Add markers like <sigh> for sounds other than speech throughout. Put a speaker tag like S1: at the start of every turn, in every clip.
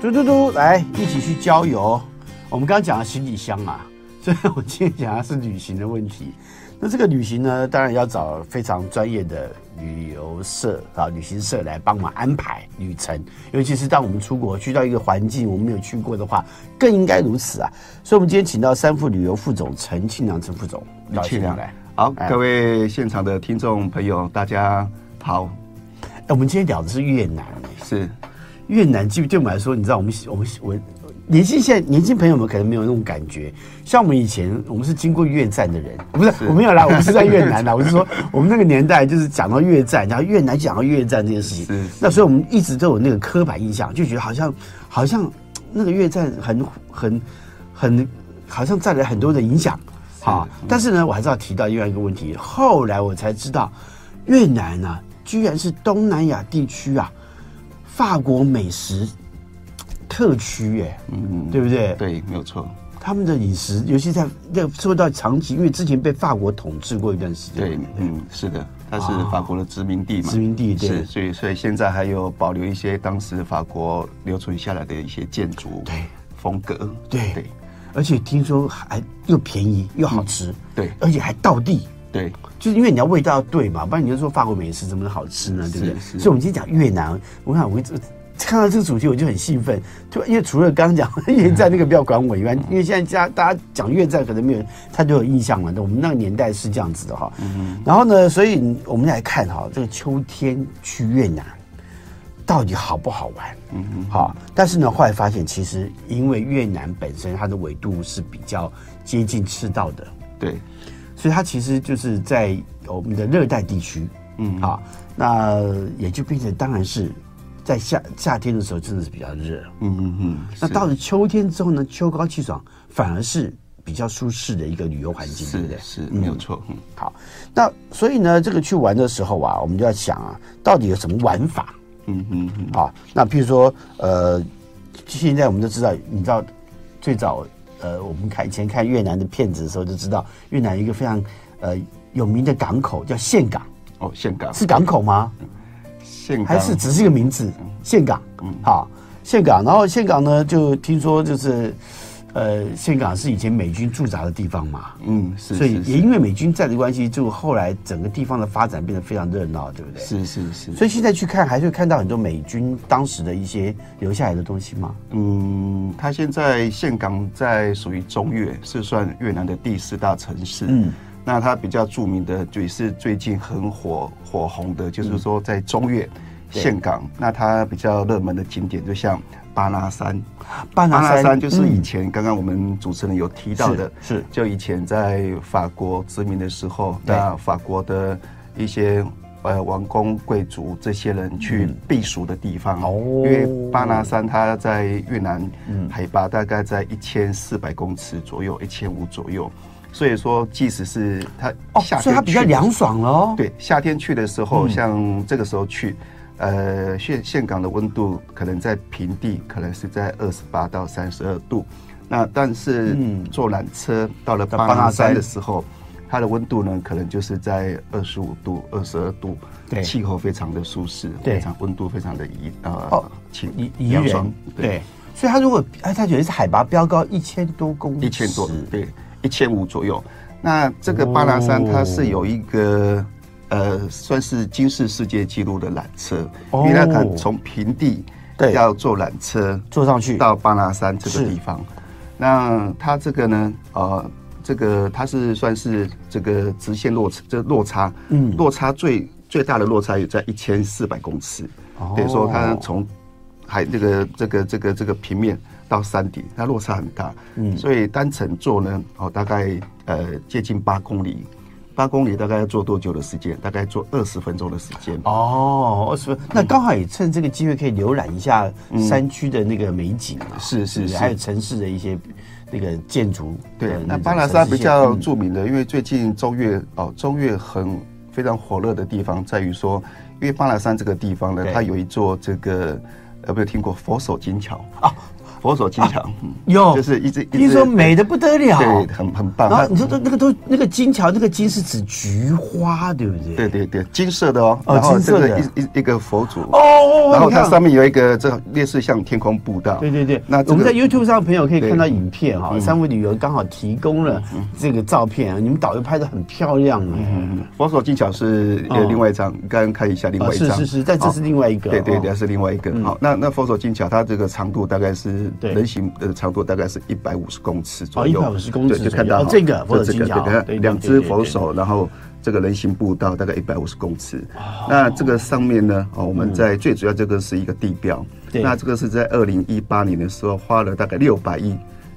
S1: 嘟嘟嘟，来一起去郊游。我们刚刚讲了行李箱啊， <laughs> 所以我今天讲的是旅行的问题。那这个旅行呢，当然要找非常专业的旅游社啊、旅行社来帮忙安排旅程，尤其是当我们出国去到一个环境我们没有去过的话，更应该如此啊。所以，我们今天请到三副旅游副总陈庆良陈副总哎到现场来。
S2: 好，各位现场的听众朋友，大家好。
S1: 哎，我们今天聊的是越南，
S2: 是
S1: 越南，基本对我们来说，你知道我们我们我年轻现在年轻朋友们可能没有那种感觉，像我们以前我们是经过越战的人，不是我没有啦，我们是在越南啦，我是说我们那个年代就是讲到越战，然后越南讲到越战这件事情
S2: 是，
S1: 那所以我们一直都有那个刻板印象，就觉得好像好像那个越战很很很好像带来很多的影响啊，但是呢，我还是要提到另外一个问题，后来我才知道越南啊，居然是东南亚地区啊。法国美食特区，耶，嗯，对不对？
S2: 对，没有错，
S1: 他们的饮食，尤其在在受到长期，因为之前被法国统治过一段时间，
S2: 对，嗯，是的，它是法国的殖民地嘛，
S1: 殖民地对
S2: 是，所以所以现在还有保留一些当时法国留存下来的一些建筑，
S1: 对，
S2: 风格，
S1: 对
S2: 对
S1: 而且听说还又便宜又好吃，
S2: 对
S1: 而且还到地，
S2: 对，
S1: 就是因为你要味道要对嘛，不然你就说法国美食怎么能好吃呢？对不对？
S2: 是是
S1: 所以我们今天讲越南，我想我一直看到这个主题我就很兴奋，就因为除了刚刚讲越战那个不要管我以
S2: 嗯
S1: 外，因为现在家大家讲越战可能没有人他就有印象了，但我们那个年代是这样子的
S2: 嗯
S1: 哈。然后呢，所以我们来看哈，这个秋天去越南。到底好不好玩？嗯嗯，好。但是呢，后来发现，其实因为越南本身它的纬度是比较接近赤道的，
S2: 对，
S1: 所以它其实就是在呃我们的热带地区，嗯啊，那也就变成当然是在夏夏天的时候真的是比较热，
S2: 嗯嗯嗯，
S1: 那到了秋天之后呢，秋高气爽，反而是比较舒适的一个旅游环境，对不对
S2: 是？是没有错，嗯，
S1: 好，那所以呢，这个去玩的时候啊，我们就要想啊，到底有什么玩法？
S2: 嗯嗯嗯，
S1: 啊。那譬如说，呃，现在我们都知道，你知道最早呃，我们看以前看越南的片子的时候就知道，越南有一个非常呃有名的港口叫岘港，
S2: 哦，岘港，
S1: 是港口吗？
S2: 岘
S1: 还
S2: 港
S1: 是只是一个名字？岘港，
S2: 嗯
S1: 好，岘港。然后岘港呢，就听说就是。呃，岘港是以前美军驻扎的地方嘛，
S2: 嗯，是，
S1: 所以
S2: 是
S1: 也因为美军在的关系，就后来整个地方的发展变得非常热闹，对不对？
S2: 是是是，
S1: 所以现在去看，还是会看到很多美军当时的一些留下来的东西吗？
S2: 嗯，它现在岘港在属于中越，是算越南的第四大城市。嗯，那它比较著名的就是最近很火火红的，就是说在中越岘港，那它比较热门的景点就像巴拿山。
S1: 巴
S2: 巴
S1: 拿
S2: 拿
S1: 山
S2: 山就是以
S1: 嗯
S2: 前刚刚我们主持人有提到的，
S1: 是是
S2: 就以前在法国殖民的时候，
S1: 对
S2: 那法国的一些呃王公贵族这些人去避暑的地方。
S1: 嗯哦
S2: 因为巴拿山它在越南海拔大概在一千四百公尺左右，一千五左右，所以说即使是它
S1: 哦，
S2: 夏天去的时候、
S1: 所以它比较凉爽哦喽。，
S2: 对，夏天去的时
S1: 嗯
S2: 候，像这个时候去，呃，岘岘港的温度可能在平地，可能是在二十八到三十二度。那但是
S1: 嗯
S2: 坐缆车到了
S1: 到
S2: 巴
S1: 巴拿
S2: 拿山
S1: 山
S2: 的时候，
S1: 嗯
S2: 它的温度呢，可能就是在二十五度、二十二度，
S1: 对
S2: 气候非常的舒适，
S1: 对
S2: 非常温度非常的宜
S1: 哦
S2: 呃，晴
S1: 宜宜
S2: 凉爽
S1: 人，对。所以它如果哎，它有一次海拔标高一千多公尺，
S2: 一千多，对，一千五左右。那这个巴拿山它是有一个、呃，算是金氏世界纪录的缆车，
S1: 哦
S2: 因为它可能从平地
S1: 对
S2: 要坐缆车
S1: 坐上去
S2: 到巴拿山这
S1: 是
S2: 个地方。那它这个呢，呃，这个它是算是这个直线落差，这落差，嗯，落差最最大的落差也在一千四百公尺，
S1: 哦
S2: 等于说它从海这个这个这个这个平面到山顶，它落差很大，嗯，所以单程坐呢，哦，大概呃接近八公里。八公里大概要坐多久的时间？大概坐二十分钟的时间。
S1: 哦，二十分，
S2: 嗯
S1: 那刚好也趁这个机会可以浏览一下山区的那个美景啊，
S2: 是是
S1: 对不对
S2: 是
S1: 还有城市的一些那个建筑的
S2: 对
S1: 种城市线。，
S2: 呃那巴拿山比较著名的，因为最近中越哦，中越很非常火热的地方在于说，因为巴拿山这个地方呢
S1: 对，
S2: 它有一座这个呃，没有听过佛手金桥
S1: 啊，
S2: 佛手金桥，嗯
S1: 有
S2: 就是一直一直
S1: 听说美的不得了。
S2: 对，很很棒。
S1: 然后
S2: 它
S1: 你说的那个都那个金桥，那个金是指菊花，对不对？
S2: 对对对，金色的哦，
S1: 哦
S2: 然后
S1: 金
S2: 这
S1: 色的
S2: 个一一一个佛祖，
S1: 哦哦哦
S2: 然后它
S1: 你看
S2: 上面有一个这类似像天空步道，
S1: 对对对，
S2: 那这个嗯
S1: 我们在 YouTube 上的朋友可以看到
S2: 对嗯
S1: 影片哈，三位旅游刚好提供了这个照片，啊你们导游拍的很漂亮
S2: 嗯
S1: 哎，
S2: 防守技巧是呃
S1: 哦
S2: 另外一张，刚刚看一下另
S1: 啊
S2: 外一
S1: 是
S2: 张，
S1: 是是，但这是
S2: 嗯哦
S1: 另外一个，
S2: 对对
S1: 哦
S2: 对，，是另外一个。好，那那佛手金桥它这个长度大概是
S1: 对
S2: 人行的长度大概是一百五十公尺左
S1: 哦
S2: 右，
S1: 150公尺
S2: 对，就
S1: 左
S2: 看
S1: 右
S2: 到
S1: 哦
S2: 哈
S1: 这个佛手
S2: 这
S1: 金桥
S2: 对
S1: 对对
S2: 两
S1: 对
S2: 只
S1: 对
S2: 佛
S1: 对
S2: 手，然后这个人行步道大概一百五十公尺。
S1: 哦
S2: 那这个上面呢，哦，我们在最主要这个是一个地标，
S1: 嗯对
S2: 那这个是在二零一八年的时候花了大概六百亿，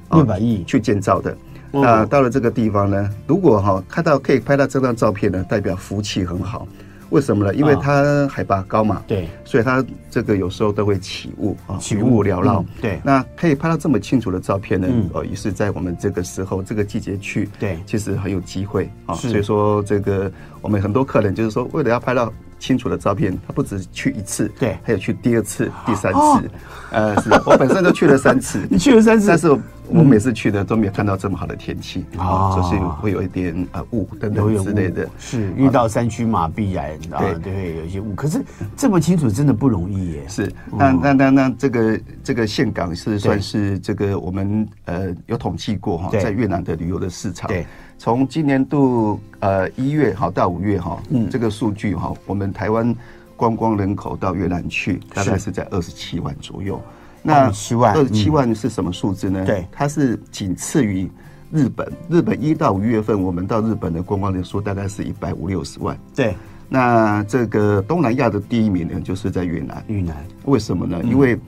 S2: 哦
S1: 600亿
S2: 去建造的。
S1: 哦
S2: 那到了这个地方呢，如果哈、看到可以拍到这张照片呢，代表福气很好。为什么呢？因为
S1: 啊
S2: 它海拔高嘛，
S1: 对，
S2: 所以它这个有时候都会起雾啊，
S1: 起雾
S2: 云雾缭绕
S1: 嗯。对
S2: 那可以拍到这么清楚的照片呢
S1: 嗯，
S2: 呃，也是在我们这个时候、这个季节去，
S1: 对
S2: 其实很有机会啊。
S1: 是
S2: 所以说，这个我们很多客人就是说，为了要拍到清楚的照片，他不止去一次，
S1: 对
S2: 还有去第二次、第三
S1: 哦
S2: 次。呃，是我本身都去了三次
S1: <laughs> ，你去了三次
S2: 但是我每次去的都没有看到这么好的天气啊，
S1: 哦
S2: 就是会有一点呃雾等
S1: 有
S2: 等
S1: 有
S2: 之类的啊
S1: 雾。是遇到山区嘛，必然啊，
S2: 对
S1: 对，有一些雾。可是这么清楚，真的不容易耶。
S2: 是，那那那那这个这个岘港是算
S1: 对
S2: 是这个我们呃有统计过哈，
S1: 对
S2: 在越南的旅游的市场，
S1: 对，
S2: 从今年度呃一月哈到五月哈，嗯，这个数据哈，我们台湾观光人口到越南去大概是在二十七万左右，
S1: 27万
S2: 二十七万是什么数字呢？
S1: 对
S2: 它是仅次于。日本，日本一到五月份，我们到日本的观光人数大概是一百五六十万。
S1: 对，
S2: 那这个东南亚的第一名呢，就是在越南。
S1: 越南
S2: 为什么呢？
S1: 嗯
S2: 因为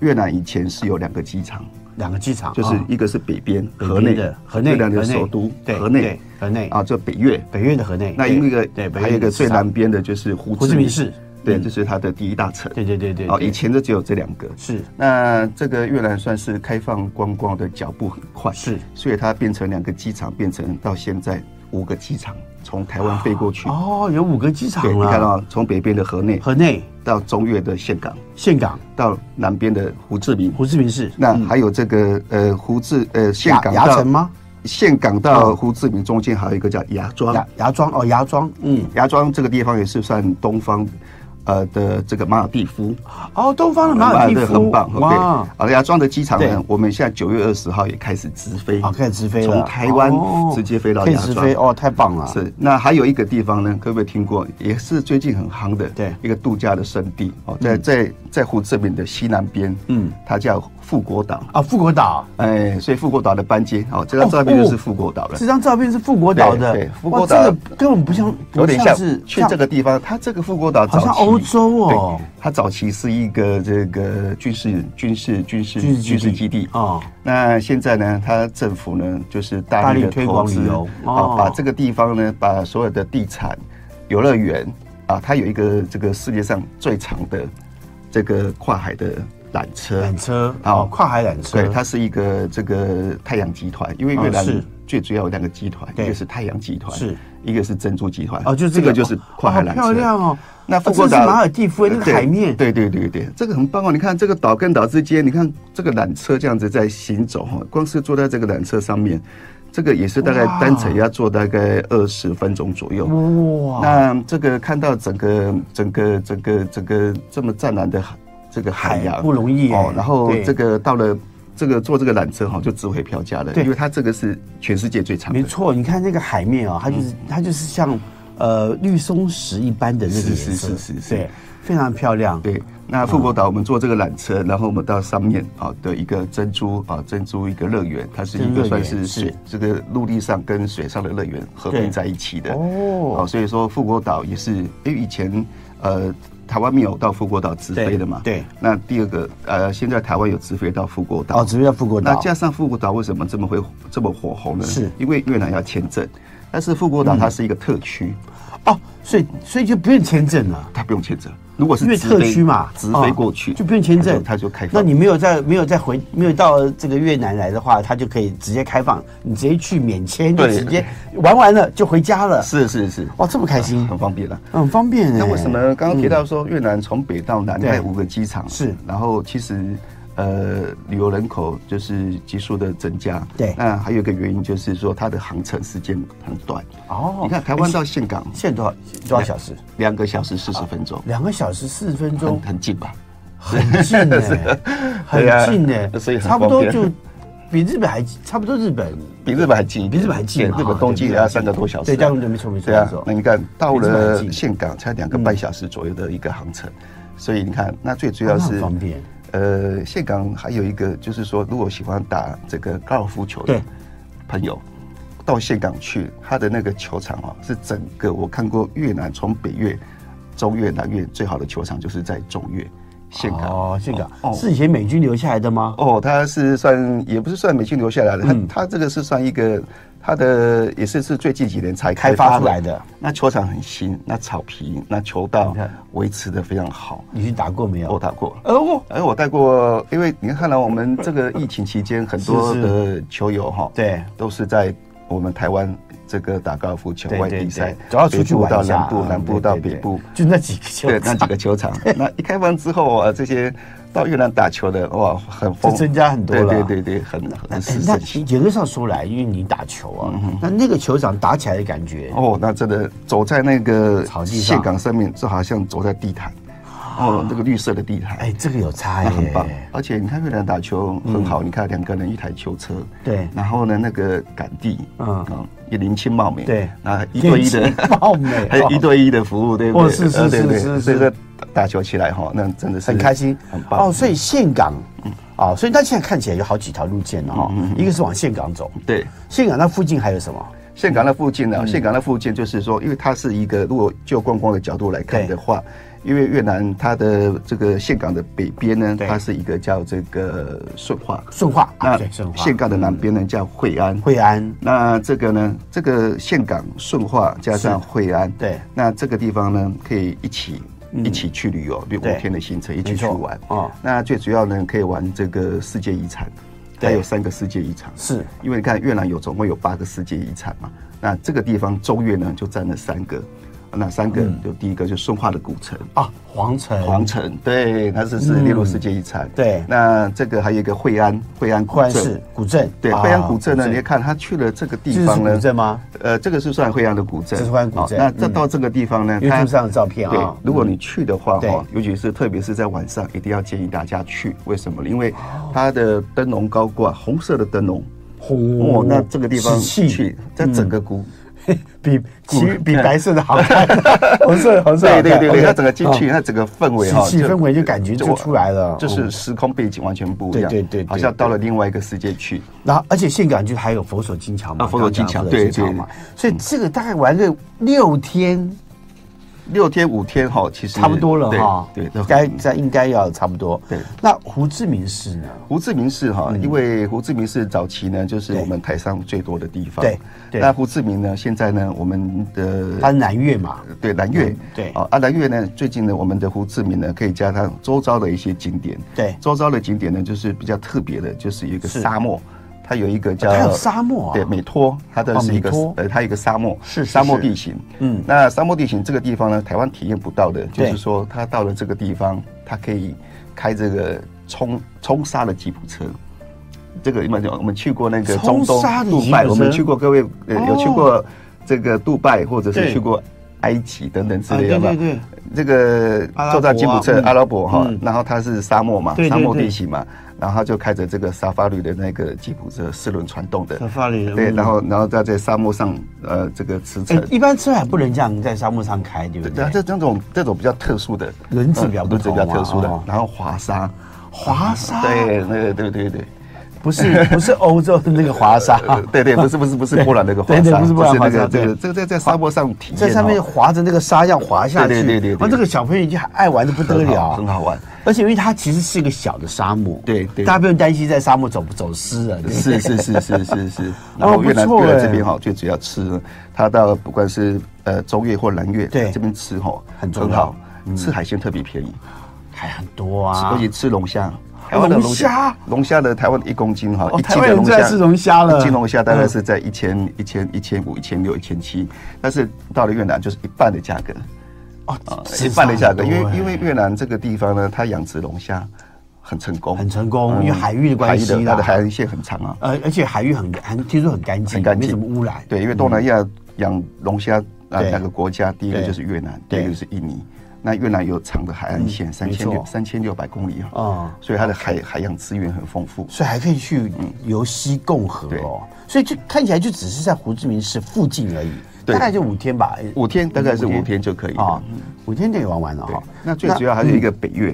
S2: 越南以前是有两个机场，
S1: 两个机场，
S2: 就是
S1: 啊
S2: 一个是北边
S1: 北
S2: 河
S1: 边
S2: 内
S1: 的，河内
S2: 越南的
S1: 河内
S2: 首都
S1: 对
S2: 河内
S1: 对，河内
S2: 啊，就北越。
S1: 北越的河内，
S2: 那
S1: 对
S2: 一个
S1: 对，北
S2: 还有
S1: 越
S2: 一个
S1: 的
S2: 最
S1: 市场
S2: 南，边的就是胡
S1: 胡志明市
S2: 对，
S1: 嗯
S2: 就是它的第一大城。
S1: 对对对对，
S2: 哦，
S1: 对
S2: 以前就只有这两个。
S1: 是
S2: 那这个越南算是开放观光的脚步很快，
S1: 是
S2: 所以它变成两个机场，变成到现在五个机场，从台湾飞过去。
S1: 哦，有五个机场
S2: 对，你
S1: 了，
S2: 看到从北边的河内
S1: 河内、
S2: 到中越的岘港，
S1: 岘港、
S2: 到南边的胡志明，
S1: 胡志明市，
S2: 那还有这个呃胡志呃岘
S1: 牙
S2: 港
S1: 牙
S2: 到
S1: 城吗？哦
S2: 岘港到胡志明中间还有一个叫芽庄
S1: 牙，牙庄哦，牙庄，嗯，
S2: 芽庄这个地方也是算东方，呃的这个马尔蒂夫，
S1: 哦，东方的马尔蒂
S2: 的
S1: 夫，
S2: 很棒，对。
S1: 哇，
S2: 好，芽庄的机场
S1: 对
S2: 呢，我们现在九月二十号也开始直飞，
S1: 好，哦开始直飞了，
S2: 从台湾
S1: 哦
S2: 直接飞到
S1: 可以
S2: 芽
S1: 直
S2: 庄
S1: 飞。哦，太棒了，
S2: 是，那还有一个地方呢，各位听过，也是最近很夯的，
S1: 对
S2: 一个度假的胜地哦，在在在胡志明的西南边，
S1: 嗯，
S2: 它叫富国岛，
S1: 啊，富国岛。
S2: 哎，所以富国岛的班街，哦，这张照片就是富国岛了，
S1: 这张照片是富国岛的，
S2: 对对富
S1: 哇
S2: 国岛
S1: 这个根本不像，不
S2: 有点像
S1: 是
S2: 去这个地方，它这个富国岛
S1: 好
S2: 早期
S1: 像欧洲哦
S2: 对它早期是一个这个军事军事军事
S1: 军事基地
S2: 基地
S1: 哦
S2: 那现在呢，它政府呢就是大
S1: 大
S2: 力的
S1: 力推广
S2: 投资
S1: 旅游哦
S2: 啊，把这个地方呢，把所有的地产、游乐园啊，它有一个这个世界上最长的这个跨海的缆车，
S1: 缆车
S2: 好
S1: 哦，跨海缆车，
S2: 对，它是一个这个太阳集团，因为越
S1: 哦
S2: 南
S1: 是
S2: 最主要有两个集团，
S1: 对
S2: 一个是太阳集团，
S1: 是
S2: 一个是珍珠集团。
S1: 哦，就是
S2: 这个就是跨海缆
S1: 哦
S2: 车，
S1: 好漂亮哦。
S2: 那
S1: 哦
S2: 富国
S1: 这是
S2: 岛、呃
S1: 马尔蒂夫那个
S2: 对
S1: 海面
S2: 对对对对，这个很棒哦！你看这个岛跟岛之间，你看这个缆车这样子在行走哈，光是坐在这个缆车上面，这个也是大概
S1: 哇
S2: 单程要坐大概二十分钟左右。
S1: 哇，
S2: 那这个看到整个整个整个整个这么湛蓝的海这个海洋
S1: 海不容易哎
S2: 哦然后
S1: 对
S2: 这个到了这个坐这个缆车哦哈，就值回票价了，
S1: 对
S2: 因为它这个是全世界最长的
S1: 没。错，你看那个海面啊，它就是、
S2: 嗯
S1: 它就是像呃绿松石一般的那个
S2: 是
S1: 颜
S2: 是
S1: 色，
S2: 是是是
S1: 对，非常漂亮。
S2: 对，那
S1: 哦
S2: 富国岛我们坐这个缆车，然后我们到上面啊的一个珍珠啊珍珠一个乐园，它是一
S1: 珍
S2: 个
S1: 珠乐园
S2: 算是
S1: 是
S2: 水这个陆地上跟水上的乐园合
S1: 对
S2: 并在一起的
S1: 哦
S2: 啊所以说富国岛也是因为以前呃台湾没有到富国岛直飞的嘛，
S1: 对对
S2: 那第二个呃现在台湾有直飞到富国岛
S1: 哦，直接到富国
S2: 那
S1: 岛，
S2: 加上富国岛为什么这么会这么火红呢？
S1: 是嗯
S2: 因为越南要签证，但是富国岛它是一个特区，
S1: 哦，所以所以就不用签证了。
S2: 它不用签证。如果是
S1: 因为
S2: 直
S1: 特
S2: 飞
S1: 区嘛，
S2: 直飞
S1: 哦
S2: 过去、
S1: 就不用签证，
S2: 它就它就开
S1: 那
S2: 放。
S1: 你没有在没有再回没有到这个越南来的话，它就可以直接开放，你直接去免签，就
S2: 对
S1: 直接玩完了就回家了。
S2: 是是是，
S1: 哇，这么开心，
S2: 很方便了。
S1: 很方便哎。
S2: 那为什么刚刚提到说越南从北到南
S1: 对
S2: 在五个机场
S1: 是
S2: 然后其实呃旅游人口就是急速的增加。
S1: 对
S2: 那还有一个原因就是说它的航程时间很短。
S1: 哦
S2: 你看台湾到岘港
S1: 现在多少多少小时？
S2: 两个小时四十分钟，
S1: 两个小时四十分
S2: 很
S1: 钟，
S2: 很近吧？
S1: 很
S2: <laughs>
S1: 近哎，
S2: 对啊
S1: 很近哎，
S2: 所以很
S1: 差不多
S2: 方便
S1: 就比日本还差不多日本
S2: 比日本还近一
S1: 比
S2: 点，
S1: 日本还近嘛，
S2: 对日本
S1: 哈
S2: 东京也要三个多小时啊。
S1: 对，这样对没错没错
S2: 对
S1: 没
S2: 啊
S1: 错，
S2: 那。你看到
S1: 比日本还
S2: 了
S1: 近嗯
S2: 岘港才两个半小时左右的一个航程，所以你看，那最主要
S1: 哦那很
S2: 是
S1: 方便。
S2: 呃，岘港还有一个就是说，如果喜欢打这个高尔夫球的
S1: 对
S2: 朋友，到岘港去，它的那个球场哦，是整个我看过越南从北越、中越、南越最好的球场就是在中越岘港
S1: 哦，岘港
S2: 哦
S1: 是以前美军留下来的吗？
S2: 哦，它是算也不是算美军留下来的，它、
S1: 嗯
S2: 它这个是算一个它的也是是最近几年才
S1: 开发出
S2: 的
S1: 来的，
S2: 那球场很新，那草皮、那球道
S1: 你看
S2: 维持的非常好。
S1: 你去打过没
S2: 我
S1: 有？
S2: 打过，
S1: 哦，
S2: 而我带过，因为你看到我们这个疫情期间，很多
S1: 是
S2: 的球友哈，
S1: 对
S2: 都是在我们台湾这个打高尔夫球
S1: 对
S2: 外
S1: 对
S2: 地
S1: 对
S2: 赛，
S1: 总要出去
S2: 北部
S1: 玩
S2: 到
S1: 一下
S2: 南部，
S1: 啊
S2: 南部
S1: 对
S2: 到
S1: 对
S2: 北
S1: 对
S2: 部，
S1: 就那几个球
S2: 对
S1: 场，
S2: 那几个球场，那一开放之后啊，这些到越南打球的哇，很
S1: 就
S2: 疯，
S1: 增加很多了。
S2: 对对对对，很很
S1: 哎
S2: 是
S1: 那
S2: 盛行。
S1: 严格上说来，因为你打球啊，那那个球场打起来的感觉，
S2: 嗯哦，那真的走在那个
S1: 草地上
S2: 岘港上面，就好像走在地毯，哦，那个绿色的地毯，
S1: 哎，这个有差欸耶，
S2: 那很棒。而且你看越南打球很好，你看两个人一台球车，
S1: 对
S2: 然后呢那个杆地，
S1: 嗯
S2: 嗯，也年轻貌美，
S1: 对
S2: 那一对一
S1: 年轻
S2: 的
S1: 貌美
S2: <laughs> 还有一对一的服务，对不
S1: 哦
S2: 对？
S1: 是是
S2: 呃对
S1: 是
S2: 对
S1: 是是
S2: 所以说打球起来哈，那真的是
S1: 很开心，
S2: 很棒嗯
S1: 哦。。所以岘港，哦，所以它现在看起来有好几条路线了哈，一个是往岘港走，
S2: 对，
S1: 岘港那附近还有什么？
S2: 岘港那附近
S1: 嗯
S2: 呢、岘港那附近就是说，因为它是一个，如果就观光的角度来看的话，因为越南它的这个岘港的北边呢，
S1: 对
S2: 它是一个叫这个顺化，
S1: 顺化啊，
S2: 那
S1: 对，顺化，嗯
S2: 岘港的南边呢叫惠安。
S1: 惠安，
S2: 那这个呢，这个岘港、顺化加上惠安，
S1: 对嗯
S2: 那这个地方呢可以一起。一起去旅游，就五
S1: 对
S2: 天的行程，一
S1: 没
S2: 起去
S1: 错
S2: 玩。
S1: 哦
S2: 哦，那最主要呢，可以玩这个世界遗产，它
S1: 对
S2: 有三个世界遗产。
S1: 是
S2: 因为你看越南有总共有八个世界遗产嘛，那这个地方中越呢就占了三个，那三个
S1: 嗯
S2: 就第一个就顺化的古城。
S1: 啊，皇城，
S2: 皇城对，它是是列入世界遗产、
S1: 嗯对
S2: 那这个还有一个惠安，惠安古
S1: 惠安
S2: 镇
S1: 市，古镇，
S2: 对，
S1: 啊
S2: 惠安古镇呢，你要看他去了这个地
S1: 这
S2: 方
S1: 是
S2: 呢，
S1: 古镇吗？
S2: 呃，这个是算惠安的古镇，
S1: 这是惠安古镇嗯
S2: 哦那这到这个地方呢，它
S1: YouTube 上的照片啊
S2: 对
S1: 嗯，
S2: 如果你去的话，
S1: 对
S2: 哈，尤其是特别是在晚上，一定要建议大家去。为什么呢？因为它的灯笼高挂，红色的灯笼。
S1: 哦
S2: 哦，那这个地方
S1: 喜气 <laughs>
S2: 去，在整个古，
S1: 比其比白色的好看， <laughs> 红色红色好
S2: 对
S1: 看
S2: 对对对，
S1: OK
S2: 它整个进去，
S1: 啊哦
S2: 它整个氛围
S1: 喜气氛围就感觉就出来了哦
S2: 就是时空背景完全不一样，
S1: 对对对对
S2: 好像到了另外一个世界去。
S1: 然后而且岘港就还有佛手金桥嘛，
S2: 啊佛手金桥
S1: 刚刚讲的佛手
S2: 对对
S1: 嘛，所以这个大概玩个六天
S2: 六天五天哈，其实
S1: 差不多了哈，嗯
S2: 对对，
S1: 该在应该要差不多。
S2: 对，
S1: 那胡志明市呢？
S2: 胡志明市哈，因为胡志明市早期呢，就是
S1: 嗯对
S2: 我们台商最多的地方。
S1: 对对
S2: 那胡志明呢，现在呢，我们
S1: 它
S2: 的
S1: 是南越嘛，
S2: 对南越
S1: 嗯，对
S2: 哦啊，南越呢，最近呢，我们的胡志明呢，可以加上周遭的一些景点。
S1: 对
S2: 周遭的景点呢，就是比较特别的，就是有一个
S1: 是
S2: 沙漠，它有一个叫
S1: 它有沙漠啊
S2: 对，美托，它的
S1: 哦
S2: 是一个
S1: 美托
S2: 呃，它有一个沙漠，
S1: 是是
S2: 沙漠
S1: 是
S2: 地形。
S1: 嗯
S2: 那沙漠地形这个地方呢，台湾体验不到的，就
S1: 对
S2: 是说它到了这个地方，它可以开这个冲冲沙的吉普车。这个你们我们去过那个
S1: 冲
S2: 中东
S1: 沙的吉普
S2: 杜拜，
S1: 车
S2: 我们去过各位呃
S1: 哦
S2: 有去过这个杜拜，或者
S1: 对
S2: 是去过埃及等等之
S1: 啊
S2: 类
S1: 对
S2: 的吧。
S1: 对对
S2: 这个
S1: 阿拉伯啊
S2: 坐在吉普车
S1: 嗯
S2: 阿拉伯哈
S1: 嗯，
S2: 然后它是沙漠嘛
S1: 对对，
S2: 沙漠
S1: 对
S2: 地形嘛，然后他就开着这个沙发绿的那个吉普车，四轮传动的，
S1: 发里
S2: 对，然后然后在这沙漠上，呃，这个驰骋
S1: 嗯哎，。一般车还不能这样在沙漠上开，对不
S2: 对啊
S1: 对，？
S2: 这这种这种比较特殊的嗯
S1: 轮子比较不
S2: 轮子
S1: 同
S2: 比
S1: 啊
S2: 较特殊的
S1: 哦，
S2: 然后滑沙，
S1: 滑沙
S2: 对，对对对对，
S1: 不是不是欧洲的那个滑沙，
S2: 呃 <laughs> 对对，不是不是不是波兰那个滑
S1: 啊对对
S2: 沙，
S1: 不是波兰滑
S2: 那
S1: 沙
S2: 个这
S1: 对
S2: 个这个在在沙漠上体验
S1: <laughs>
S2: 哦，
S1: 在上面滑着那个沙这样滑下去，
S2: 对对对对对
S1: 哇这个小朋友已经爱玩的不得
S2: 很
S1: 了，
S2: 好很 <laughs> 好玩。
S1: 而且因为它其实是一个小的沙漠，
S2: 对对
S1: 大家不用担心在沙漠走不走失啊了。对
S2: 是是是是是
S1: <laughs>
S2: 是。
S1: 哦
S2: 然后越南
S1: 不错
S2: 越南
S1: 哎
S2: 这边哈，最主要吃呢，它到不管是呃中越或南越，
S1: 对
S2: 这边吃哈
S1: 很重要
S2: 好，吃海鲜特别便宜，
S1: 还很多啊，
S2: 尤其吃龙虾。
S1: 龙虾，
S2: 龙虾的台湾一公斤哈
S1: 哦，
S2: 一
S1: 台
S2: 斤
S1: 湾
S2: 的
S1: 人
S2: 龙
S1: 最爱
S2: 虾，
S1: 吃龙虾了
S2: 一斤龙虾大概
S1: 嗯
S2: 是在一千、一千、一千五、一千六、一千七，但是到了越南就是一半的价格。
S1: 哦
S2: 啊，
S1: 是
S2: 一半的价格，因
S1: 差不多
S2: 为
S1: 哎
S2: 因为越南这个地方呢，它养殖龙虾很成功，嗯
S1: 很成功，因为海域的关系
S2: 海域的
S1: 啦
S2: 它的海岸线很长啊。
S1: 呃，而且海域很很听说很干净，
S2: 很干
S1: 没
S2: 净
S1: 什么污染。
S2: 对，因为东南亚养龙虾啊
S1: 嗯对
S2: 两个国家，第一个
S1: 对
S2: 就是越南，第
S1: 对嗯
S2: 一个就是印尼。那越南有长的海岸线三
S1: 没
S2: 千
S1: 错
S2: 六三千六百公里啊，
S1: 哦，
S2: 所以它的海海洋资源很丰富。
S1: 所以还可以去游西共和哦。所以就看起来就只是在胡志明市附近而已，
S2: 对
S1: 大概就五天吧，
S2: 五天大概是
S1: 五天
S2: 五天就可以
S1: 啊
S2: 了。，
S1: 五天就给玩完了哦嗯
S2: 对
S1: 哈。，
S2: 那最主要还有一个北越，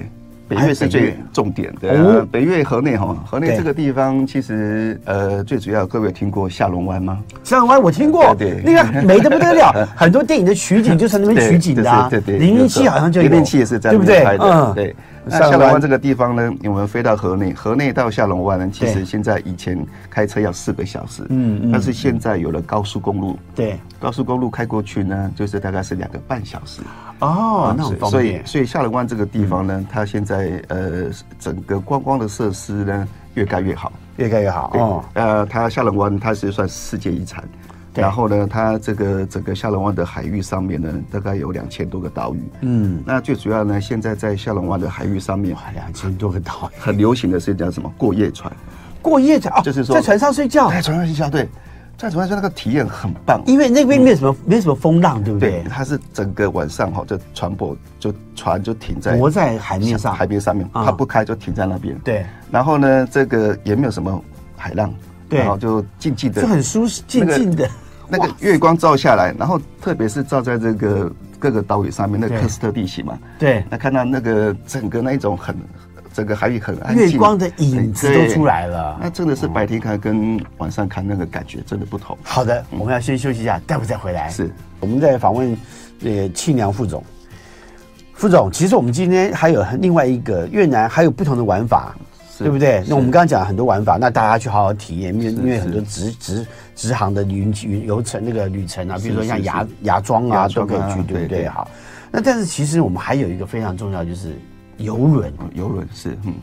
S2: 北
S1: 还有
S2: 越是
S1: 哎北越
S2: 最重点
S1: 哦
S2: 的。北越河内哈，河内
S1: 对
S2: 这个地方其实呃最主要，各位有听过下龙湾吗？
S1: 上湾我听过，
S2: 对对
S1: 那个美得不得了， <laughs> 很多电影的取景就从那边取景的啊。
S2: 对对，
S1: 零零七好像就有，
S2: 零零七也是在
S1: 对
S2: 那
S1: 不
S2: 边
S1: 对？嗯
S2: 拍的，对。那
S1: 上
S2: 下龙
S1: 龙湾
S2: 湾这个地方呢，我们飞到河内，河内到下龙湾呢，其
S1: 对
S2: 实现在以前开车要四个小时，
S1: 嗯嗯
S2: 但是现在有了高速公路，
S1: 对，
S2: 高速公路开过去呢，就是大概是两个半小时。啊
S1: 哦，那很方
S2: 所以
S1: 便。嗯
S2: 所以下龙湾这个地方呢，它现在呃整个观光的设施呢越盖越好。
S1: 越盖越好
S2: 对
S1: 哦，，
S2: 呃，它下龙湾它是算世界遗产。
S1: 对
S2: 然后呢，它这个整个下龙湾的海域上面呢，大概有两千多个岛屿。
S1: 嗯，
S2: 那最主要呢，现在在下龙湾的海域上面
S1: 啊两千多个岛，
S2: 很流行的是叫什么过夜船，
S1: 过夜的哦，
S2: 就是说
S1: 在船上睡觉，
S2: 在船上睡觉，对，在船上睡觉那个体验很棒。
S1: 因为那边没有什么没有什么风浪，嗯对不
S2: 对
S1: 对，？
S2: 它是整个晚上哈，这船舶就船就停在
S1: 泊在海面上，
S2: 海面上面，
S1: 啊
S2: 它不开就停在那边。
S1: 对，
S2: 然后呢，这个也没有什么海浪，
S1: 对
S2: 然后就静静
S1: 这
S2: 的，
S1: 很舒适，静静的。
S2: 那个月光照下来，然后特别是照在这个各个岛屿上面，那个
S1: 对
S2: 喀斯特地形嘛，
S1: 对，
S2: 那看到那个整个那一种很整个海域很安静，
S1: 月光的影子都出来
S2: 对。
S1: 了
S2: 那。真的是白天看跟晚上看那个感觉真的不同。
S1: 好的，我们要先休息一下，待会再回来。
S2: 是，
S1: 我们在访问呃庆良副总。副总，其实我们今天还有另外一个越南，还有不同的玩法，
S2: 是
S1: 对不对？
S2: 是
S1: 那我们刚刚讲了很多玩法，那大家去好好体验，因为因为
S2: 是
S1: 很多直直直航的云云游程那个旅程啊，比如说
S2: 是
S1: 像
S2: 是
S1: 芽芽庄啊
S2: 芽
S1: 都
S2: 庄
S1: 可以
S2: 啊
S1: 去，对不
S2: 对
S1: 对？
S2: 对
S1: 好，那但是其实我们还有一个非常重要，就是游轮。
S2: 嗯游轮是，嗯，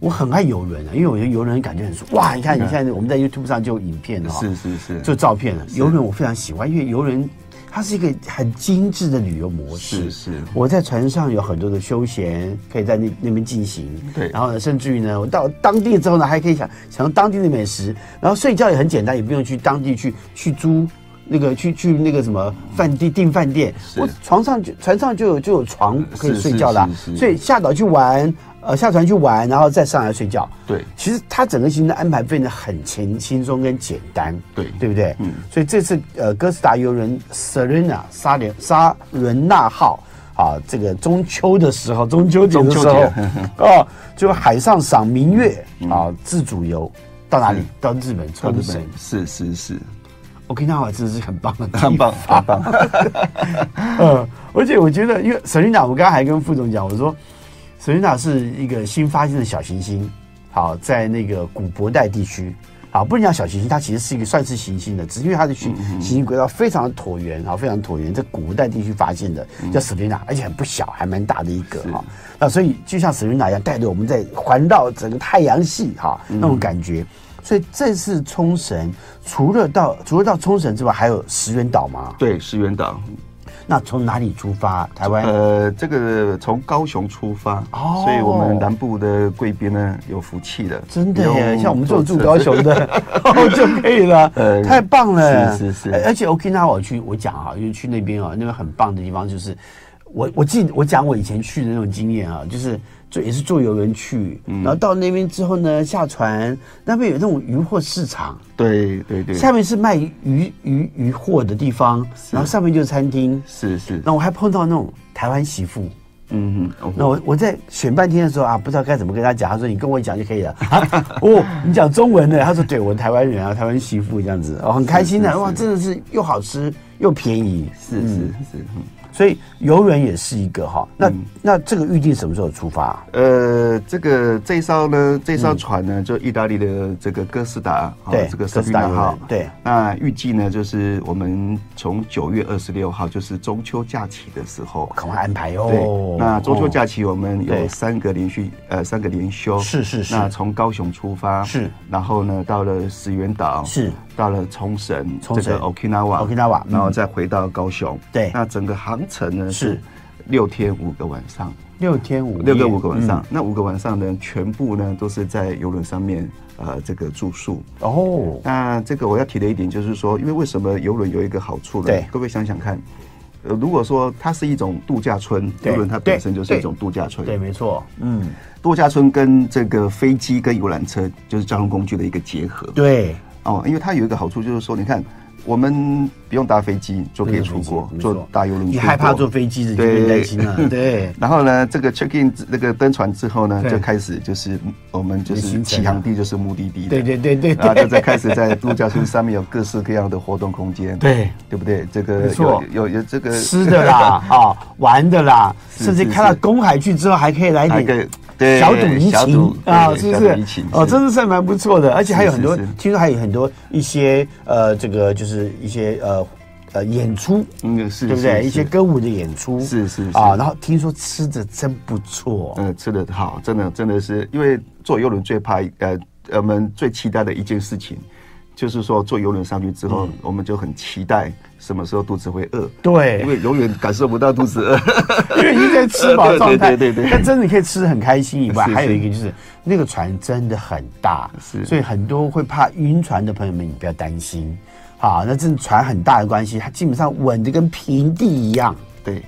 S1: 我很爱游轮啊，因为我觉得游轮感觉很舒服。哇，你看你现在我们在 YouTube 上就有影片了、哦，
S2: 是是是，
S1: 就照片了。游轮我非常喜欢，因为游轮它是一个很精致的旅游模式。
S2: 是是
S1: 我在船上有很多的休闲，可以在那那边进行。
S2: 对
S1: 然后呢，甚至于呢，我到当地之后呢，还可以享享用当地的美食，然后睡觉也很简单，也不用去当地去去租。那个去去那个什么饭店订饭店，
S2: 是
S1: 我床上就船上就有就有床可以
S2: 是
S1: 睡觉啦、
S2: 是是是
S1: 所以下岛去玩，呃下船去玩，然后再上来睡觉。
S2: 对
S1: 其实它整个行程安排变得很轻轻松跟简单，
S2: 对
S1: 对不对？嗯
S2: 嗯，
S1: 所以这次呃哥斯达游轮 Serena 沙莲沙伦纳号啊，这个中秋的时候，中秋节的时候
S2: 中秋
S1: <laughs>
S2: 节，嗯
S1: 哦，就海上赏明月啊，自主游到哪里？到日本
S2: 到
S1: 冲
S2: 日
S1: 绳
S2: 本。是是是，
S1: ，Okinawa 真的是很棒的地方，
S2: 很棒很棒。
S1: <laughs> 嗯，而且我觉得，因为 Selina，我刚刚还跟副总讲，我说 Selina 是一个新发现的小行星，好，在那个古博带地区，好，不能讲小行星，它其实是一个算是行星的，只是因为它的行行星轨道非常的椭圆，好，非常椭圆，在古博带地区发现的叫 Selina，而且很不小，还蛮大的一个哈。那所以就像 Selina 一样，带着我们在环绕整个太阳系哈那种感觉。所以这次冲绳除了到除了到冲绳之外，还有石垣岛吗？
S2: 对，石原岛，
S1: 那从哪里出发？台湾？
S2: 呃，这个从高雄出发，
S1: 哦
S2: 所以我们南部的贵宾呢有福气的，
S1: 真的
S2: 不用
S1: 耶，像我们这种住
S2: 坐车
S1: 高雄
S2: <laughs>
S1: 的哦就可以了，
S2: 呃
S1: 太棒了！
S2: 是是是
S1: 哎而且 Okinawa 我去，我讲哈，因为去那边啊，那边很棒的地方就是，我我记得我讲我以前去的那种经验啊，就是坐也是坐游轮去，
S2: 嗯
S1: 然后到那边之后呢，下船那边有那种鱼货市场，
S2: 对对对，
S1: 下面是卖鱼鱼鱼货的地方，然后上面就是餐厅，
S2: 是是，
S1: 然后我还碰到那种台湾媳妇。
S2: 嗯嗯，
S1: 那我我在选半天的时候啊，不知道该怎么跟他讲。他说：“你跟我讲就可以了。啊” <laughs> 哦，你讲中文的。他说：“对，我台湾人啊，台湾媳妇这样子，哦，很开心的、
S2: 是是
S1: 哇，真的是又好吃又便宜。
S2: 是是是，嗯
S1: 所以游轮也是一个哈。那、那这个预定什么时候出发、啊
S2: 呃，这个这一艘呢，这艘船呢，就意大利的这个哥斯达，啊
S1: 嗯对
S2: 这个
S1: 哥
S2: 圣
S1: 斯
S2: 彼
S1: 达
S2: 纳
S1: 游
S2: 号
S1: 轮，对。
S2: 那预计呢，就是我们从九月二十六号，就是中秋假期的时候，
S1: 赶快安排哦
S2: 对，。那中秋
S1: 哦
S2: 假期我们
S1: 对
S2: 有三个连续呃三个连休，
S1: 哦是是是
S2: 那从高雄出发，
S1: 是，
S2: 然后呢到了石垣岛，
S1: 是，
S2: 到了冲绳，
S1: 冲绳
S2: 这个 Okinawa
S1: Okinawa，嗯
S2: 然后再回到高雄，
S1: 对
S2: 那整个航程呢
S1: 是
S2: 是六天五个晚上，
S1: 六天五夜
S2: 六个五个晚上，那五个晚上呢，全部呢都是在游轮上面呃这个住宿。
S1: 哦，
S2: 那这个我要提的一点就是说，因为为什么游轮有一个好处呢？
S1: 对
S2: 各位想想看，呃，如果说它是一种度假村，
S1: 对
S2: 游轮它本身就是
S1: 对
S2: 一种度假村，
S1: 对，没错，嗯，
S2: 度假村跟这个飞机跟游览车就是交通工具的一个结合。
S1: 对，
S2: 哦，因为它有一个好处就是说，你看我们不用搭飞机就可以出国，
S1: 没错
S2: 坐大游轮出国。
S1: 你害怕坐飞机的，你就
S2: 对
S1: 更担心了，对，
S2: 然后呢，这个 check in 那个登船之后呢，
S1: 对
S2: 就开始就是我们就
S1: 行
S2: 是
S1: 程
S2: 起航地就是目的地的
S1: 对对对对
S2: 然后
S1: 啊对
S2: 就在开始在度假村上面有各式各样的活动空间，
S1: 对
S2: 对不对？这个
S1: 没错
S2: 有有有这个
S1: 吃的
S2: <laughs>
S1: 啦，啊，玩的啦，
S2: 是
S1: 甚至
S2: 是
S1: 开到
S2: 是
S1: 公海去之后，还可以来
S2: 还
S1: 一
S2: 可以
S1: 点
S2: 对
S1: 小赌怡
S2: 小
S1: 情
S2: 赌
S1: 啊，
S2: 对
S1: 是不
S2: 小赌怡
S1: 是
S2: 情？
S1: 哦，
S2: 是
S1: 真的是蛮不错的，而且还有很多
S2: 是是是，
S1: 听说还有很多一些呃，这个就是一些呃呃演出，
S2: 嗯是
S1: 对不
S2: 是
S1: 对？
S2: 是
S1: 一些歌舞的演出
S2: 是是是
S1: 啊，然后听说吃的真不错，
S2: 嗯，吃的好，真的真的是，因为坐游轮最怕呃，我们最期待的一件事情，就是说坐游轮上去之后，我们就很期待什么时候肚子会饿。
S1: 对
S2: 因为永远感受不到肚子饿。 <laughs>
S1: 因为已经在吃饱状态，
S2: 对对对对对
S1: 但真的可以吃的很开心以外，
S2: 是是
S1: 还有一个就是那个船真的很大，
S2: 是
S1: 所以很多会怕晕船的朋友们，你不要担心。好，那这船很大的关系，它基本上稳的跟平地一样。
S2: 对，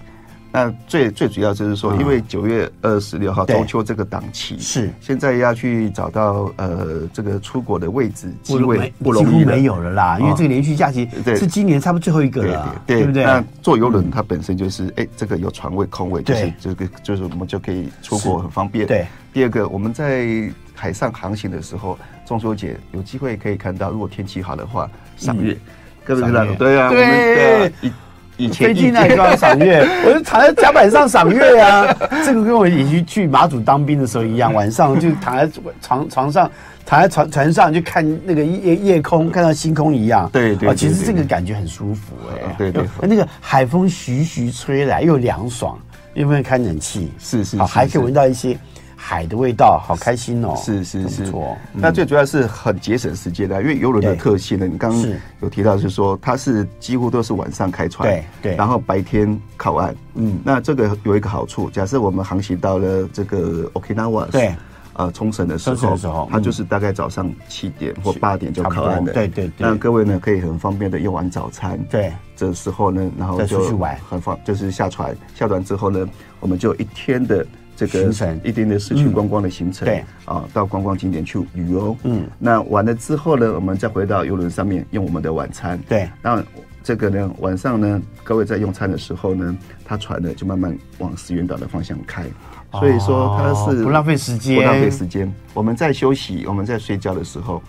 S2: 那最最主要就是说，因为九月二十六号
S1: 啊对
S2: 中秋这个档期
S1: 是
S2: 现在要去找到呃这个出国的位置机
S1: 没
S2: 会不
S1: 几
S2: 容
S1: 乎
S2: 易了
S1: 没有了啦，因为
S2: 哦
S1: 这个连续假期
S2: 对
S1: 是今年差不多最后一个了，
S2: 对
S1: 不对？嗯
S2: 那坐游轮它本身就是，哎、这个有船位、空位，就是
S1: 对
S2: 这个就是我们就可以出
S1: 是
S2: 国很方便。
S1: 对。
S2: 第二个，我们在海上航行的时候，中秋节有机会可以看到，如果天气好的话，赏月，各位知道
S1: 嗯赏月
S2: 对啊，我们
S1: 对
S2: 啊以以前
S1: 飞
S2: 一
S1: 机
S2: 天
S1: 那里就要赏
S2: <laughs>
S1: 月，我就躺在甲板上赏月啊。这个跟我以前去马祖当兵的时候一
S2: 嗯
S1: 样，晚上就躺在床床上，躺在船船上就看那个夜夜空，看到星空一样。
S2: 对对
S1: 哦
S2: 对
S1: 其实
S2: 对
S1: 这个
S2: 对
S1: 感觉很舒服哎、
S2: 啊对对
S1: 那个海风徐徐吹来，又凉爽，又没有开冷气，
S2: 是是
S1: 好，
S2: 是
S1: 还可以
S2: 是
S1: 闻到一些海的味道，好开心哦。
S2: 是是
S1: 真
S2: 是
S1: 不错。，
S2: 那最主要是很节省时间啊的，因为游轮的
S1: 对
S2: 特性呢，你刚刚
S1: 是
S2: 有提到，就是说它是几乎都是晚上开船，
S1: 对对
S2: 然后白天靠岸，嗯，那这个有一个好处，假设我们航行到了这个 Okinawa，
S1: 对。
S2: 呃，冲绳的时
S1: 冲绳
S2: 候，
S1: 的时候
S2: 它
S1: 嗯
S2: 就是大概早上七点或八点就
S1: 差不
S2: 靠
S1: 多
S2: 岸了。
S1: 对对对
S2: 那各位呢，可以很方便的用完早餐，
S1: 对，
S2: 这时候呢，然后
S1: 再出
S2: 就
S1: 去玩
S2: 很方，就是下船，下船之后呢，我们就有一天的这个
S1: 行程嗯
S2: 一天的市区观光的行程，
S1: 对
S2: 啊，到观光景点去旅游，嗯，那完了之后呢，我们再回到游轮上面用我们的晚餐，
S1: 对
S2: 那这个呢，晚上呢，各位在用餐的时候呢，它船呢就慢慢往石原岛的方向开，所以说它是、
S1: 哦不浪费时间
S2: 不浪费时间。我们在休息，我们在睡觉的时候，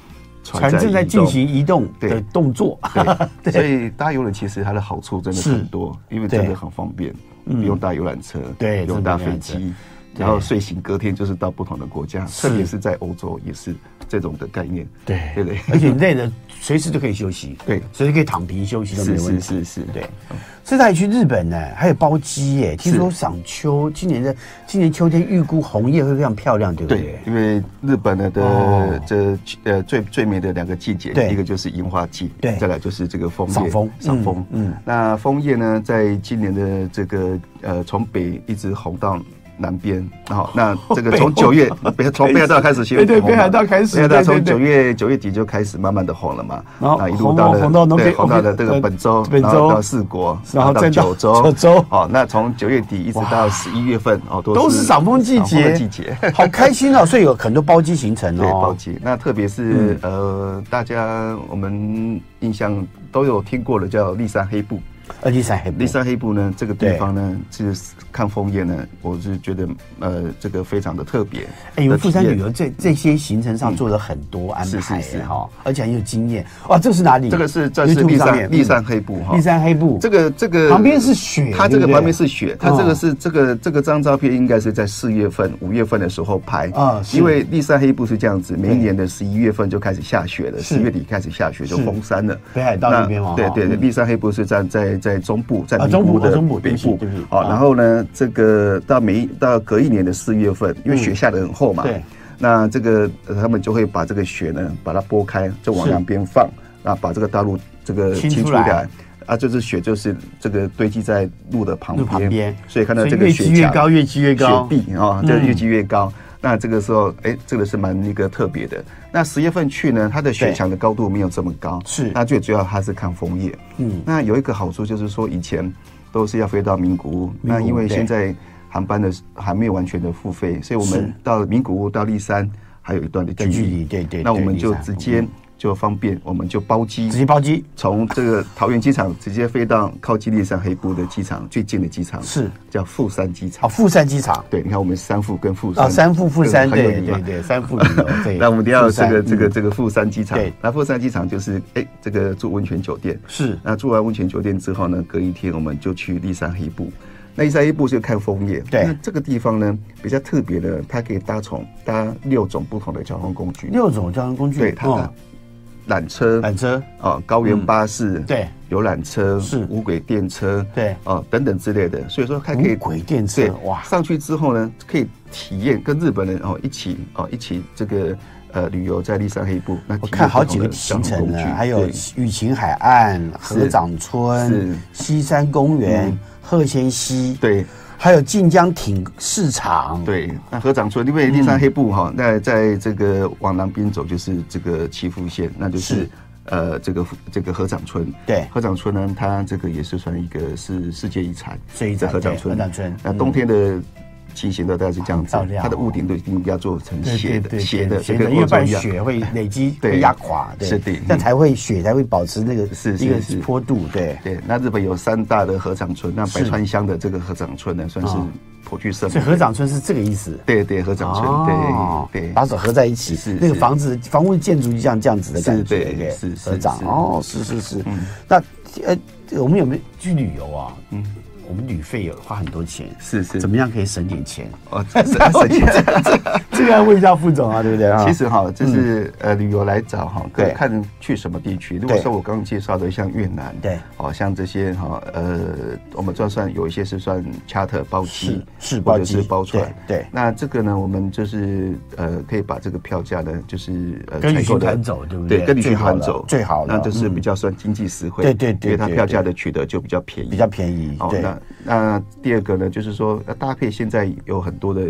S1: 船正在
S2: 移
S1: 进
S2: 动
S1: 行移动的
S2: 对
S1: 动作。 <laughs>
S2: 对，所以搭游轮其实它的好处真的
S1: 是嗯
S2: 很多，因为真的很方便，不用搭游览车，
S1: 对
S2: 不用搭飞
S1: 真的
S2: 机，然后睡醒隔天就是到不同的国家，
S1: 是
S2: 特别是在欧洲也是这种的概念，
S1: 对
S2: 对不对？
S1: 而且你累了，随时都可以休息，
S2: 对
S1: 随时可以躺平休息都没
S2: 是
S1: 问
S2: 是
S1: 题。
S2: 是是，
S1: 对，这次还去日本呢，还有包机耶，听说赏秋，今年的今年秋天预估红叶会非常漂亮，对不对
S2: 对，？因为日本呢
S1: 哦
S2: 的这呃最最美的两个季节
S1: 对，
S2: 一个就是樱花季，
S1: 对
S2: 再来就是这个枫叶，
S1: 赏枫
S2: 赏枫，
S1: 嗯
S2: 嗯，那枫叶呢，在今年的这个呃从北一直红到。南边，
S1: <laughs>
S2: 然后那这个从九月，北从北海道开始先
S1: 哦对对
S2: 红嘛
S1: 北海道开始
S2: 北海道
S1: 对对
S2: 从
S1: 对
S2: 九月九月底就开始慢慢的红了嘛，啊
S1: 然后
S2: 那一
S1: 红
S2: 路到
S1: 红
S2: 了
S1: 红到那
S2: 对
S1: 边
S2: 红到了
S1: ，OK，
S2: 这个本州，
S1: 本
S2: 然后
S1: 州
S2: 到四国，
S1: 然后再到
S2: 九州，
S1: 九州
S2: 哦，那从九月底一直到十一月份哦，
S1: 都是赏枫季
S2: 赏枫的
S1: 节
S2: 季节，
S1: 好开心哦，所以有很多包机行程
S2: 对，
S1: 哦嗯
S2: 暴。击。那特别是、呃，大家我们印象都有听过的叫丽山黑布。
S1: 呃，第三黑部
S2: 丽山黑布呢，这个地方呢，是看枫叶呢，我是觉得呃，这个非常的特别。
S1: 哎，你们富山
S2: 的体
S1: 旅
S2: 验嗯
S1: 游这这些行程上做了很多安排
S2: 是是
S1: 耶
S2: 是
S1: 哈，而且很有经验。哇，这是哪里？
S2: 这个是这是
S1: YouTube
S2: 丽
S1: 上面
S2: 山丽山黑布哈
S1: 立。山黑部，
S2: 这个这个
S1: 旁边是雪
S2: 它
S1: 对
S2: 这
S1: 不
S2: 个
S1: 对
S2: 旁边是雪，它
S1: 哦
S2: 这个是这个这个张照片应该是在四月份、五月份的时候拍
S1: 啊是
S2: 因为丽山黑布是这样子，每一
S1: 对
S2: 年的十一月份就开始下雪了，
S1: 是
S2: 十月底开始下雪就是封山了。
S1: 北海道那边嘛
S2: 对
S1: 哈
S2: 对对，丽山黑布是在在在中部，在
S1: 啊
S2: 名
S1: 中部
S2: 古的
S1: 哦中部对不
S2: 北
S1: 起
S2: 部
S1: 对不起
S2: 哦
S1: 啊，
S2: 然后呢，这个到每一到隔一年的四月份，因为雪下得很厚嘛，
S1: 嗯对。
S2: 那这个、呃他们就会把这个雪呢，把它拨开，就往
S1: 是
S2: 两边放，那把这个大陆这个
S1: 清出
S2: 呃清除
S1: 来
S2: 掉。啊，这只雪就是这个堆积在路的旁
S1: 路
S2: 边，
S1: 旁边
S2: 所以看到
S1: 所以
S2: 这个
S1: 越
S2: 雪
S1: 积越
S2: 墙
S1: 高，越积越高。嗯
S2: 雪地啊，这越积越高。那这个时候，哎，这个是蛮一个特别的。那十月份去呢，它的雪墙的高度没有这么高，
S1: 是
S2: 那最主要它是看枫叶。
S1: 嗯，
S2: 那有一个好处就是说，以前都是要飞到名古屋，
S1: 名古屋
S2: 那因为
S1: 对
S2: 现在航班的还没有完全的付费，所以我
S1: 是
S2: 们到名古屋到立山还有一段的距
S1: 的距
S2: 离
S1: 离。对对
S2: 那我
S1: 对
S2: 们
S1: 立
S2: 就
S1: 山
S2: 直接就方便，我们就包机
S1: 直接包机
S2: 从这个桃园机场直接飞到靠近立山黑部的机场最近的机场，
S1: 是
S2: 叫富山机场
S1: 哦，。富山机场
S2: 对，你看我们三富跟富山，
S1: 哦，三富富山，
S2: 这个很有
S1: 对
S2: 名嘛
S1: 对对，三富旅
S2: <laughs>
S1: 游对。
S2: 那我们一定要
S1: 富
S2: 这
S1: 山
S2: 个这个
S1: 嗯
S2: 这个富山机场
S1: 对，
S2: 那富山机场就是哎，这个住温泉酒店。
S1: 是
S2: 那住完温泉酒店之后呢，隔一天我们就去立山黑部。那立山黑部就看枫叶。
S1: 对
S2: 那这个地方呢比较特别的，它可以搭从搭六种不同的交通工具，
S1: 六种交通工具，
S2: 对它
S1: 哦
S2: 的缆车、
S1: 缆车，嗯
S2: 啊高原巴士、
S1: 对
S2: 游览车
S1: 是
S2: 无轨电车
S1: 对
S2: 啊等等之类的，所以说它可以
S1: 无轨电车
S2: 对，
S1: 哇
S2: 上去之后呢，可以体验跟日本人哦一起哦一起这个呃旅游在立山黑部。那
S1: 我
S2: 体验
S1: 看好
S2: 不同
S1: 几个
S2: 的
S1: 行
S2: 交通
S1: 程啊
S2: 工具
S1: 呢，还有
S2: 对
S1: 雨晴海岸、河长村
S2: 是、
S1: 西山公园
S2: 嗯、
S1: 鹤仙溪，
S2: 对
S1: 还有晋江艇市场，，
S2: 对，那河长村因为立山黑部
S1: 嗯
S2: 哈，那在这个往南边走就是这个岐阜县，那就是是。呃，这个这个河长村，
S1: 对
S2: 河长村呢，它这个也是算一个是世界遗产，
S1: 所以
S2: 在河长
S1: 河
S2: 村。
S1: 长村，
S2: 那冬天的情形呢，大概是这样子
S1: 很漂，亮
S2: 它的屋顶都一定要做成
S1: 对
S2: 斜
S1: 对
S2: 的，
S1: 对
S2: 斜的，
S1: 斜
S2: 这
S1: 的，
S2: 跟
S1: 因为
S2: 欧
S1: 不
S2: 洲
S1: 然
S2: 一样。
S1: 雪会累积，
S2: 对
S1: 会压垮，对，
S2: 是的
S1: 那才会雪才会保持那个
S2: 是是
S1: 一个
S2: 是
S1: 坡度，对，
S2: 对，那日本有三大的合掌村，那
S1: 是
S2: 白川乡的这个合掌村呢，算是
S1: 啊
S2: 颇具盛名。
S1: 所以河长村是这个意思。
S2: 对对合掌村，对对
S1: 哦把手合在一起，
S2: 是
S1: 那个
S2: 是
S1: 房子房屋建筑就像这样子的感
S2: 是
S1: 觉，
S2: 对
S1: 对
S2: 是是
S1: 合掌
S2: 是嗯
S1: 哦，是是是。那呃，我们有没有去旅游啊？嗯，我们旅费有花很多钱，
S2: 是是
S1: 怎么样可以省点钱？ <laughs>
S2: 哦，这这这这这
S1: 这个要问一下副总啊，对不对啊？
S2: <laughs>
S1: 嗯
S2: 其实哈，就是呃旅游来找哈，
S1: 对
S2: 看看去什么地区。如果说我刚刚介绍的像越南，
S1: 对
S2: 哦像这些哈，呃，我们就算有一些是算 charter 包机，
S1: 是是
S2: 或者
S1: 包
S2: 是
S1: 机
S2: 包船，
S1: 对对
S2: 那这个呢，我们就是呃可以把这个票价呢，就是呃
S1: 跟旅
S2: 采
S1: 行
S2: 购的
S1: 团走对不对
S2: 对，跟旅行团
S1: 最好了
S2: 走
S1: 最好了
S2: 那就是比较算经济实惠，
S1: 对对对
S2: 因为它
S1: 对
S2: 票价
S1: 对
S2: 的取得就比较便宜，
S1: 啊比较便宜，
S2: 哦，
S1: 对，
S2: 那那第二个呢，就是说，呃大家可以现在有很多的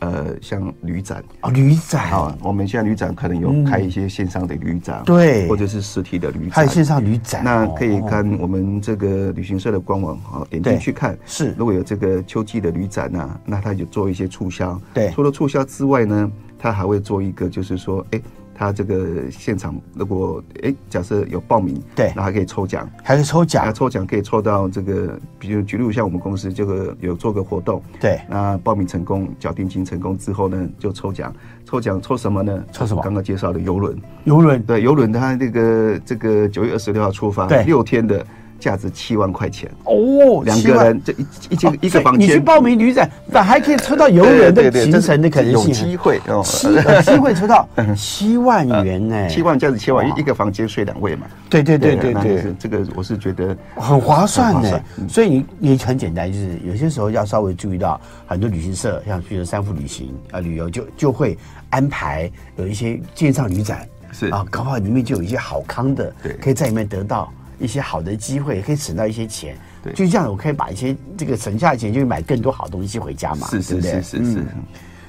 S2: 呃，像旅展
S1: 哦，旅展
S2: 啊、我们现在旅展可能有开一些线上的旅展，
S1: 对
S2: 或者是实体的旅
S1: 还
S2: 展
S1: 有。线上旅展，
S2: 那可以
S1: 哦
S2: 看我们这个旅行社的官网哈，点
S1: 对
S2: 进去看。
S1: 是
S2: 如果有这个秋季的旅展呢、那它就做一些促销。
S1: 对
S2: 除了促销之外呢，它还会做一个，就是说，哎、它这个现场如果哎、假设有报名，
S1: 对
S2: 那还可以抽奖。
S1: 还有抽
S2: 那
S1: 奖，
S2: 抽奖可以抽到这个，比如举例像我们公司这个有做个活动，
S1: 对
S2: 那报名成功，缴定金成功之后呢，就抽奖，抽奖抽什么呢？
S1: 抽什么
S2: 刚刚介绍的游轮，
S1: 游轮
S2: 对，游轮它那个这个九月二十六号出发
S1: 对，
S2: 六天的，价值七万块钱，
S1: 哦，
S2: 两
S1: 七
S2: 个
S1: 万
S2: 人这一一间
S1: 哦
S2: 一
S1: 所
S2: 个
S1: 以
S2: 房
S1: 你去
S2: 间。
S1: 报名旅展，但还可以抽到游轮的
S2: 对对对
S1: 行程的可能
S2: 有
S1: 性啊
S2: 机。会哦，
S1: 七有机会抽到七万元呢，
S2: <laughs> 七万价值七万，因
S1: 哎哇
S2: 为一个房间睡两位嘛。
S1: 对对对对
S2: 那
S1: 对
S2: 就是这个我是觉得
S1: 很划算
S2: 很划
S1: 呢
S2: 算。嗯
S1: 所以你也很简单，就是有些时候要稍微注意到，很多旅行社像比如三富旅行啊、旅游就就会安排有一些线上旅展，
S2: 是
S1: 啊，搞不好里面就有一些好康的，
S2: 对
S1: 可以在里面得到一些好的机会，可以省到一些钱。
S2: 对
S1: 就这样，我可以把一些这个省下的钱，就买更多好东西回家嘛，
S2: 是
S1: 对
S2: 是
S1: 不对嗯
S2: 是是是，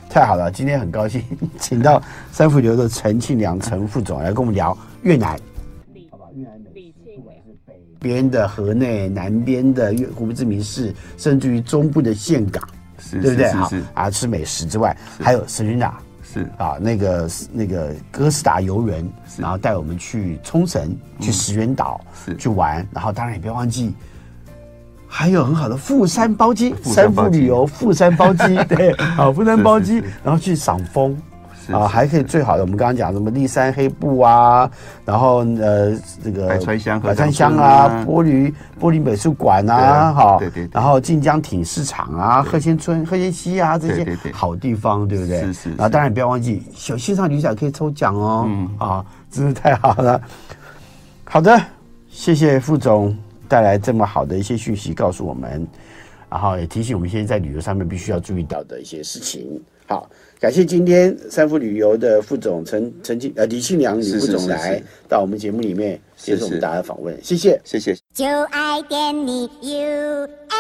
S1: 太好了，今天很高兴 <laughs> 请到三富流的陈庆良陈副总来跟我们聊越南。好吧，越南美食，不管是北边的河内，南边的越胡志明市，甚至于中部的岘港，
S2: 是
S1: 对不对？
S2: 嗯是
S1: 好
S2: 是
S1: 啊，吃美食之外，还有 Serena
S2: 是
S1: 啊，那个那个哥斯达游轮，
S2: 是嗯
S1: 然后带我们去冲绳、去石垣岛、
S2: 是
S1: 去玩，然后当然也别忘记。还有很好的富山包机，
S2: 富
S1: 三
S2: 山
S1: 富
S2: 包机
S1: 旅游富山包
S2: <laughs>
S1: 机，对，好富山包机
S2: 是是，
S1: 然后去赏枫，
S2: 是
S1: 啊，
S2: 是
S1: 还可以最好的，我们刚刚讲什么立山黑布啊，然后呃这个
S2: 白川乡
S1: 白
S2: 合
S1: 川
S2: 掌
S1: 乡
S2: 村
S1: 啊
S2: 啊，
S1: 玻璃玻璃美术馆
S2: 对
S1: 啊，
S2: 啊
S1: 哈，
S2: 对对对
S1: 然后晋江挺市场啊，鹤仙村、鹤仙溪啊这
S2: 对
S1: 些
S2: 对对
S1: 好地方，对不对？
S2: 是是嗯
S1: 然后
S2: 是
S1: 当然不要忘记，有线上旅展可以抽奖哦，啊，真是太好了。好的，谢谢副总带来这么好的一些讯息告诉我们。然后也提醒我们一些在旅游上面必须要注意到的一些事情。好，感谢今天三富旅游的副总陈陈庆呃李庆良李
S2: 是
S1: 副
S2: 是
S1: 总
S2: 是
S1: 来
S2: 是
S1: 到我们节目里面接
S2: 是
S1: 受我们
S2: 是
S1: 大家的访问，谢谢。
S2: 谢谢。
S3: 就爱点你 UFO。